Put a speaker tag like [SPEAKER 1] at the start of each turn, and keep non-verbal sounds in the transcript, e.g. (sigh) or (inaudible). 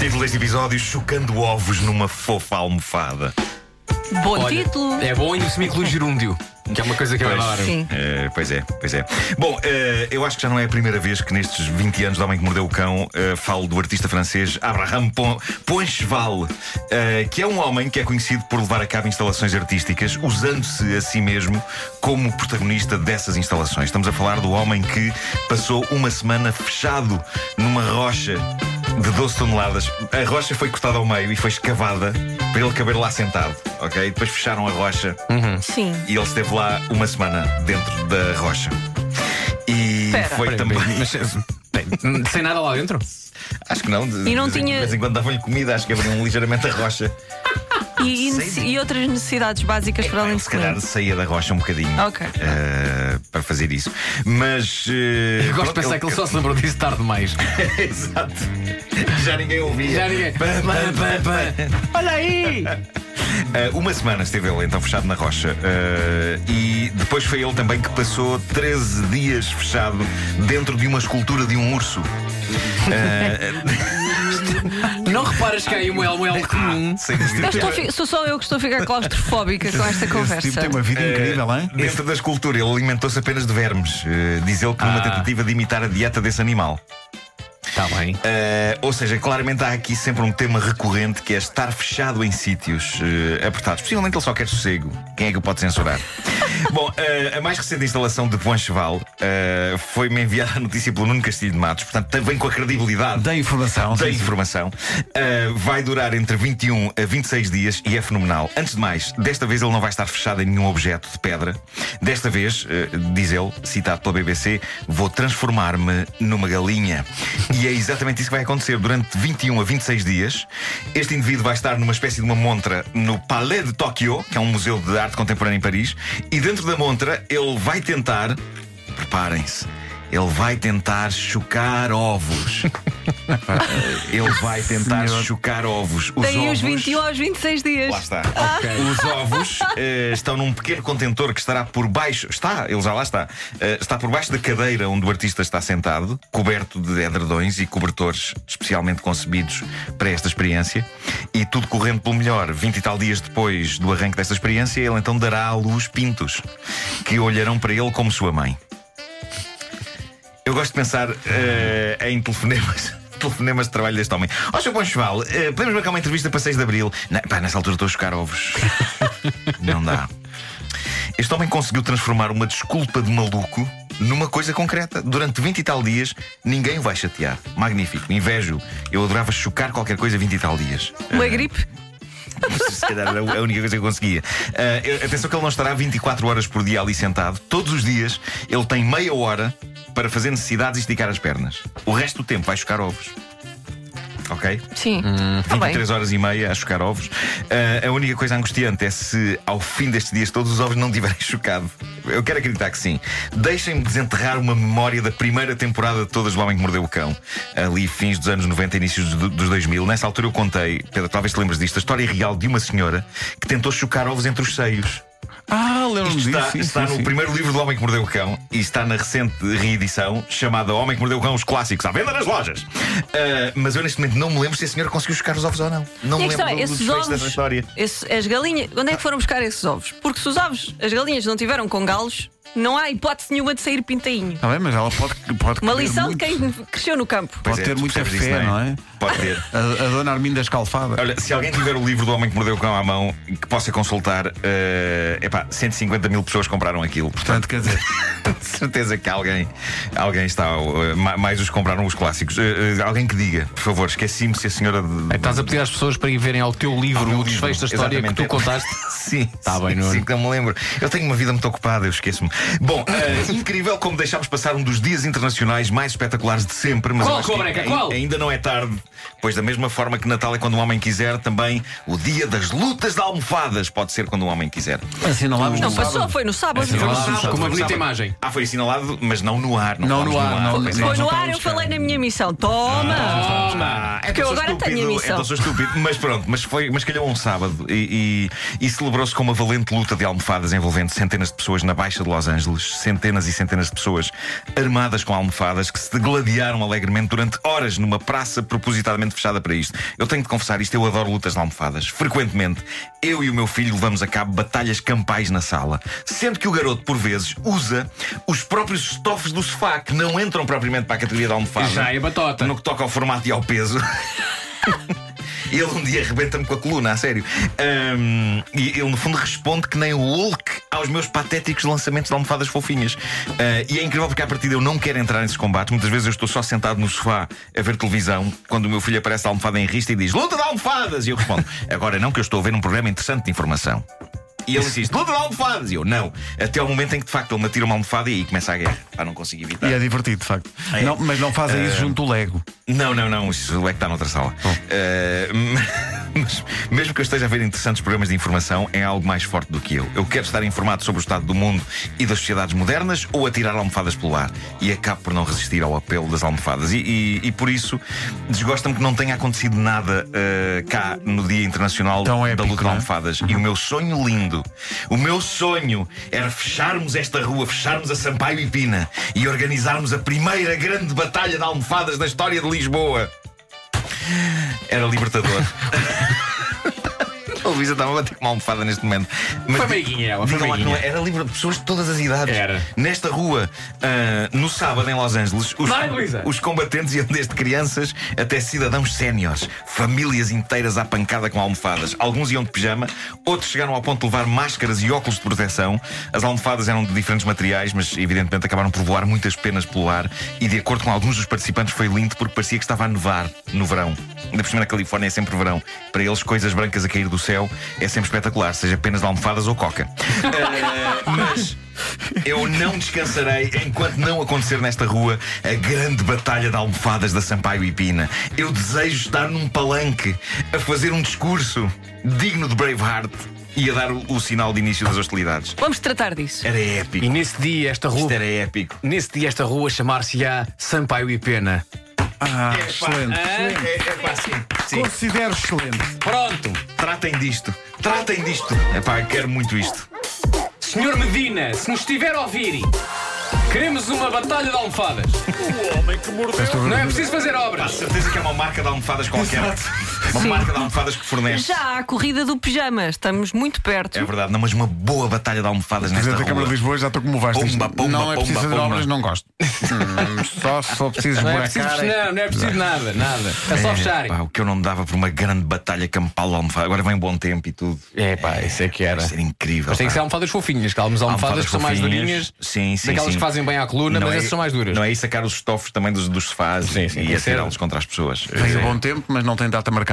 [SPEAKER 1] Título deste episódio: Chocando ovos numa fofa almofada.
[SPEAKER 2] Bom
[SPEAKER 3] Olha,
[SPEAKER 2] título.
[SPEAKER 3] É bom e no semiclú gerúndio, que é uma coisa que eu
[SPEAKER 1] Pois.
[SPEAKER 3] adoro.
[SPEAKER 2] Sim.
[SPEAKER 1] Eh, pois é, pois é. Bom, eh, eu acho que já não é a primeira vez que nestes 20 anos de Homem que Mordeu o Cão eh, falo do artista francês Abraham Pon Poncheval, eh, que é um homem que é conhecido por levar a cabo instalações artísticas, usando-se a si mesmo como protagonista dessas instalações. Estamos a falar do homem que passou uma semana fechado numa rocha. De 12 toneladas. A rocha foi cortada ao meio e foi escavada para ele caber lá sentado, ok? Depois fecharam a rocha
[SPEAKER 2] Sim.
[SPEAKER 1] e ele esteve lá uma semana dentro da rocha. E
[SPEAKER 2] Espera.
[SPEAKER 1] foi
[SPEAKER 3] Peraí,
[SPEAKER 1] também.
[SPEAKER 3] mas, bem, Hum, sem nada lá dentro?
[SPEAKER 1] (laughs) Acho que não. De,
[SPEAKER 2] E não
[SPEAKER 1] de vez em- De
[SPEAKER 2] tinha-
[SPEAKER 1] vez em quando davam-lhe comida, acho que abriam ligeiramente a rocha.
[SPEAKER 2] E, e nece- e outras necessidades básicas para além
[SPEAKER 1] Ele,
[SPEAKER 2] de
[SPEAKER 1] É se calhar
[SPEAKER 2] comer.
[SPEAKER 1] saía da rocha um bocadinho.
[SPEAKER 2] Ok.
[SPEAKER 1] eh, para fazer isso. Mas. eh,
[SPEAKER 3] Eu gosto de
[SPEAKER 1] pronto,
[SPEAKER 3] pensar que ele só se lembrou disso tarde demais.
[SPEAKER 1] (laughs) Exato. Já ninguém ouvia.
[SPEAKER 3] Já ninguém.
[SPEAKER 1] Pá,
[SPEAKER 3] (laughs)
[SPEAKER 1] pá, pá, pá.
[SPEAKER 3] Olha aí!
[SPEAKER 1] Ah, uma semana esteve ele então fechado na rocha. Ah, e depois foi ele também que passou 13 dias fechado dentro de uma escultura de um urso.
[SPEAKER 3] Não reparas que há aí um elmo, um elmo comum.
[SPEAKER 1] Sem dúvida.
[SPEAKER 2] Eu estou a fi- Sou só eu que estou a ficar claustrofóbica com esta
[SPEAKER 4] Esse tipo
[SPEAKER 2] conversa.
[SPEAKER 4] tem uma vida incrível, hein?
[SPEAKER 1] Dentro da escultura, ele alimentou-se apenas de vermes. Eh, diz ele que numa
[SPEAKER 3] Ah.
[SPEAKER 1] tentativa de imitar a dieta desse animal.
[SPEAKER 3] Está bem.
[SPEAKER 1] Eh, ou seja, claramente há aqui sempre um tema recorrente que é estar fechado em sítios eh, apertados. Possivelmente ele só quer sossego. Quem é que o pode censurar? Bom, eh, a mais recente instalação de Poncheval eh, foi-me enviada a notícia pelo Nuno Castilho de Matos. Portanto, também com a credibilidade.
[SPEAKER 4] Da informação.
[SPEAKER 1] da
[SPEAKER 4] sim, sim.
[SPEAKER 1] informação. Uh, vai durar entre 21 a 26 dias e é fenomenal. Antes de mais, desta vez ele não vai estar fechado em nenhum objeto de pedra. Desta vez, uh, diz ele, citado pela BBC, vou transformar-me numa galinha. E é exatamente isso que vai acontecer. Durante 21 a 26 dias, este indivíduo vai estar numa espécie de uma montra no Palais de Tóquio, que é um museu de arte contemporânea em Paris, e dentro da montra ele vai tentar. Preparem-se. Ele vai tentar chocar ovos. Ele vai tentar chocar ovos. Os
[SPEAKER 2] Daí
[SPEAKER 1] ovos,
[SPEAKER 2] os 21 aos 26 dias.
[SPEAKER 1] Lá está. Os ovos eh, estão num pequeno contentor que estará por baixo. Está, ele já lá está. Eh, está por baixo da cadeira onde o artista está sentado, coberto de edredões e cobertores especialmente concebidos para esta experiência. E tudo correndo pelo melhor. 20 e tal dias depois do arranque desta experiência, ele então dará à luz pintos que olharão para ele como sua mãe. Eu gosto de pensar eh, em telefonemas. (laughs) Telefonemas de trabalho deste homem. Ó, Sr. Bom Cheval, eh, podemos marcar uma entrevista para 6 de Abril. Não, pá, nessa altura estou a chocar ovos. Não dá. Este homem conseguiu transformar uma desculpa de maluco numa coisa concreta. Durante 20 e tal dias, ninguém o vai chatear. Magnífico, invejo. Eu adorava chocar qualquer coisa 20 e tal dias.
[SPEAKER 2] Uma gripe?
[SPEAKER 1] Se calhar era a única coisa que eu conseguia. Ah, eu- atenção que ele não estará 24 horas por dia ali sentado. Todos os dias ele tem meia hora para fazer necessidades e esticar as pernas. O resto do tempo vai chocar ovos. Ok?
[SPEAKER 2] Sim.
[SPEAKER 1] Hum.
[SPEAKER 2] Está bem.
[SPEAKER 1] 23 horas e meia a chocar ovos. Ah, a única coisa angustiante é se ao fim destes dias todos os ovos não tiverem (laughs) chocado. Eu quero acreditar que sim. Deixem-me desenterrar uma memória da primeira temporada de todas do Homem que Mordeu o Cão. Ali, fins dos anos 90, inícios do- dos 2000. Nessa altura eu contei, Pedro, talvez te lembres disto, a história real de uma senhora que tentou chocar ovos entre os seios.
[SPEAKER 4] Ah, lembro-me
[SPEAKER 1] Isto
[SPEAKER 4] disso.
[SPEAKER 1] está,
[SPEAKER 4] sim,
[SPEAKER 1] está
[SPEAKER 4] sim,
[SPEAKER 1] no
[SPEAKER 4] sim.
[SPEAKER 1] primeiro livro do Homem que Mordeu o Cão e está na recente reedição chamada Homem que Mordeu o Cão, os clássicos, à venda nas lojas. Ah, mas eu neste momento não me lembro se a senhora conseguiu chocar os ovos ou não. Não
[SPEAKER 2] E
[SPEAKER 1] me
[SPEAKER 2] a questão
[SPEAKER 1] lembro
[SPEAKER 2] é,
[SPEAKER 1] do- dos
[SPEAKER 2] esses
[SPEAKER 1] feitos dessa
[SPEAKER 2] ovos.
[SPEAKER 1] história.
[SPEAKER 2] esses- as galinhas. Onde é que foram buscar esses ovos? Porque se os ovos, as galinhas não tiveram com galos, não há hipótese nenhuma de sair pintainho.
[SPEAKER 4] Está bem, mas ela pode. pode
[SPEAKER 2] Uma
[SPEAKER 4] querer
[SPEAKER 2] lição de
[SPEAKER 4] muito.
[SPEAKER 2] quem cresceu no campo.
[SPEAKER 1] Pois
[SPEAKER 4] Pode
[SPEAKER 1] é,
[SPEAKER 4] ter
[SPEAKER 1] tu
[SPEAKER 4] muita
[SPEAKER 1] percebes
[SPEAKER 4] fé,
[SPEAKER 1] isso,
[SPEAKER 4] não é?
[SPEAKER 1] Pode ter.
[SPEAKER 4] A, a dona Arminda Escalfada.
[SPEAKER 1] Olha, se alguém tiver o livro do Homem que Mordeu o Cão à mão, que possa consultar, eh, epá, 150 mil pessoas compraram aquilo. Portanto, (laughs)
[SPEAKER 4] Portanto, quer dizer,
[SPEAKER 1] de certeza que alguém, alguém está. eh, ma- mais os compraram os clássicos. Eh, eh, alguém que diga, por favor, esqueci-me se a senhora. de-
[SPEAKER 4] Então,
[SPEAKER 3] Estás a pedir às pessoas para ir verem ao teu
[SPEAKER 1] Ao
[SPEAKER 3] livro
[SPEAKER 1] meu
[SPEAKER 3] o um desfecho da
[SPEAKER 1] um livro,
[SPEAKER 3] história que tu
[SPEAKER 1] exatamente.
[SPEAKER 3] contaste.
[SPEAKER 1] (laughs) Sim,
[SPEAKER 3] Tá
[SPEAKER 1] sim,
[SPEAKER 3] bem, Nuno.
[SPEAKER 1] sim, que não me lembro. Eu tenho uma vida muito ocupada, eu esqueço-me. Bom, eh,
[SPEAKER 3] (laughs)
[SPEAKER 1] incrível como deixámos passar um dos dias internacionais mais espetaculares de sempre, mas
[SPEAKER 3] Qual,
[SPEAKER 1] eu acho que
[SPEAKER 3] Cobreca,
[SPEAKER 1] ai-
[SPEAKER 3] qual?
[SPEAKER 1] ainda não é tarde. Pois da mesma forma que Natal é quando um homem quiser, também o dia das lutas de almofadas pode ser quando um homem quiser.
[SPEAKER 3] Então
[SPEAKER 4] assinalámos
[SPEAKER 2] Não
[SPEAKER 4] no
[SPEAKER 2] passou,
[SPEAKER 4] sábado.
[SPEAKER 2] foi no
[SPEAKER 1] É
[SPEAKER 2] sábado.
[SPEAKER 4] Sim, lá-
[SPEAKER 3] Com uma bonita imagem.
[SPEAKER 1] Ah, foi assinalado, mas não no ar. Não,
[SPEAKER 4] Não
[SPEAKER 1] falámos
[SPEAKER 4] no ar, não.
[SPEAKER 1] pois é.
[SPEAKER 2] Foi
[SPEAKER 4] Nós não
[SPEAKER 2] no ar,
[SPEAKER 4] estávamos
[SPEAKER 2] eu falei
[SPEAKER 4] cá.
[SPEAKER 2] na minha missão. Toma!
[SPEAKER 1] Ah,
[SPEAKER 2] Porque
[SPEAKER 1] então
[SPEAKER 2] eu
[SPEAKER 1] sou
[SPEAKER 2] agora
[SPEAKER 1] estúpido,
[SPEAKER 2] tenho a missão.
[SPEAKER 1] Então sou estúpido, mas pronto, mas, foi, mas calhou um sábado e, e- e celebrou-se com uma valente luta de almofadas envolvendo centenas de pessoas na Baixa de Los Ângeles, centenas e centenas de pessoas armadas com almofadas que se degladiaram alegremente durante horas numa praça propositadamente fechada para isto. Eu tenho de confessar isto, eu adoro lutas de almofadas. Frequentemente, eu e o meu filho levamos a cabo batalhas campais na sala, sendo que o garoto, por vezes, usa os próprios estofes do sofá, que não entram propriamente para a categoria da almofada.
[SPEAKER 3] Já é batota.
[SPEAKER 1] No que toca ao formato e ao peso. Ele um dia arrebenta-me com a coluna, a sério. Ahm, e ele, no fundo, responde que nem o Hulk aos meus patéticos lançamentos de almofadas fofinhas. Ah, e é incrível porque, à partida, eu não quero entrar nesses combates. Muitas vezes eu estou só sentado no sofá a ver televisão, quando o meu filho aparece a almofada em rista e diz: Luta de almofadas! E eu respondo: (laughs) Agora não, que eu estou a ver um programa interessante de informação. E ele insiste: Luta de almofadas! E eu: Não. Até ao momento em que, de facto, ele me atira uma almofada e aí começa a guerra. Ah, não consigo evitar.
[SPEAKER 4] E é divertido, de facto.
[SPEAKER 1] É.
[SPEAKER 4] Não, mas não fazem isso junto do Lego.
[SPEAKER 1] Não, não, não, isso é que está noutra sala. Eh, (laughs) mas mesmo que eu esteja a ver interessantes programas de informação, é algo mais forte do que eu. Eu quero estar informado sobre o estado do mundo e das sociedades modernas ou atirar almofadas pelo ar. E acabo por não resistir ao apelo das almofadas. E, e- e por isso desgosta-me que não tenha acontecido nada eh, cá no Dia Internacional
[SPEAKER 4] Tão épico,
[SPEAKER 1] da Luta de
[SPEAKER 4] não é?
[SPEAKER 1] almofadas. E o meu sonho lindo, o meu sonho era fecharmos esta rua, fecharmos a Sampaio e Pina e organizarmos a primeira grande batalha de almofadas da história de Lisboa. Era libertador. (laughs) A Luísa estava a bater com uma almofada neste momento. Mas
[SPEAKER 3] Foi
[SPEAKER 1] di-
[SPEAKER 3] meiguinha ela, foi
[SPEAKER 1] digam lá que não
[SPEAKER 3] meiguinha.
[SPEAKER 1] é- era livre de pessoas de todas as idades.
[SPEAKER 3] Era.
[SPEAKER 1] Nesta rua, ah, no sábado em Los Angeles, os,
[SPEAKER 3] Vai, Luísa!
[SPEAKER 1] os combatentes iam desde crianças até cidadãos séniores. Famílias inteiras à pancada com almofadas. Alguns iam de pijama, outros chegaram ao ponto de levar máscaras e óculos de proteção. As almofadas eram de diferentes materiais, mas evidentemente acabaram por voar muitas penas pelo ar. E de acordo com alguns dos participantes, foi lindo porque parecia que estava a nevar no verão. Ainda por cima na Califórnia é sempre verão. Para eles, coisas brancas a cair do céu é sempre espetacular, seja penas de almofadas ou coca. Eh, mas. Eu não descansarei enquanto não acontecer nesta rua a grande batalha de almofadas da Sampaio e Pina. Eu desejo estar num palanque a fazer um discurso digno de Braveheart e a dar o, o sinal de início das hostilidades.
[SPEAKER 2] Vamos tratar disso.
[SPEAKER 1] Era
[SPEAKER 3] E
[SPEAKER 1] épico.
[SPEAKER 3] nesse dia esta rua.
[SPEAKER 1] Isto é- era épico.
[SPEAKER 3] Nesse dia esta rua chamar-se-á Sampaio e Pena.
[SPEAKER 4] Ah,
[SPEAKER 1] Epá,
[SPEAKER 4] excelente.
[SPEAKER 1] É, é pá, sim. sim.
[SPEAKER 4] Considero excelente.
[SPEAKER 3] Pronto!
[SPEAKER 1] Tratem disto. Tratem disto. É pá, quero muito isto.
[SPEAKER 3] Senhor Medina, se nos estiver a ouvir, queremos uma batalha de almofadas. Não é preciso fazer
[SPEAKER 1] Pá,
[SPEAKER 3] obras.
[SPEAKER 1] certeza que é uma marca de almofadas qualquer. Uma marca de almofadas que fornece.
[SPEAKER 2] Já há a corrida do pijama, estamos muito perto.
[SPEAKER 1] É verdade, não, mas uma boa batalha de almofadas nesta
[SPEAKER 4] Presidente da
[SPEAKER 1] rua.
[SPEAKER 4] Câmara de Lisboa, já estou como vais.
[SPEAKER 1] tá Pumba, pumba,
[SPEAKER 4] não é preciso
[SPEAKER 1] pumba,
[SPEAKER 4] fazer
[SPEAKER 1] pumba.
[SPEAKER 4] obras, não gosto. (laughs) Hum, só se for preciso
[SPEAKER 3] Não é
[SPEAKER 4] esburacar,
[SPEAKER 3] preciso, não, não é preciso nada, nada. É só fechar.
[SPEAKER 1] Pá, o que eu não dava por uma grande batalha campal de almofada. Agora vem um bom tempo e tudo.
[SPEAKER 3] É pá, isso é que era.
[SPEAKER 1] Vai ser incrível.
[SPEAKER 3] Mas tem que
[SPEAKER 1] pá.
[SPEAKER 3] ser almofadas fofinhas, que há umas almofadas que são mais
[SPEAKER 1] fofinhas.
[SPEAKER 3] durinhas,
[SPEAKER 1] Sim, sim,
[SPEAKER 3] daquelas
[SPEAKER 1] sim.
[SPEAKER 3] que fazem bem à coluna,
[SPEAKER 1] Não
[SPEAKER 3] mas
[SPEAKER 1] é-
[SPEAKER 3] essas são mais duras.
[SPEAKER 1] Não é isso sacar os estofos também dos, dos sofás
[SPEAKER 3] Sim, sim,
[SPEAKER 1] e
[SPEAKER 3] tem que ser. um
[SPEAKER 1] atirá-los contra as pessoas.
[SPEAKER 4] Tem o bom tempo, mas não tem data marcada.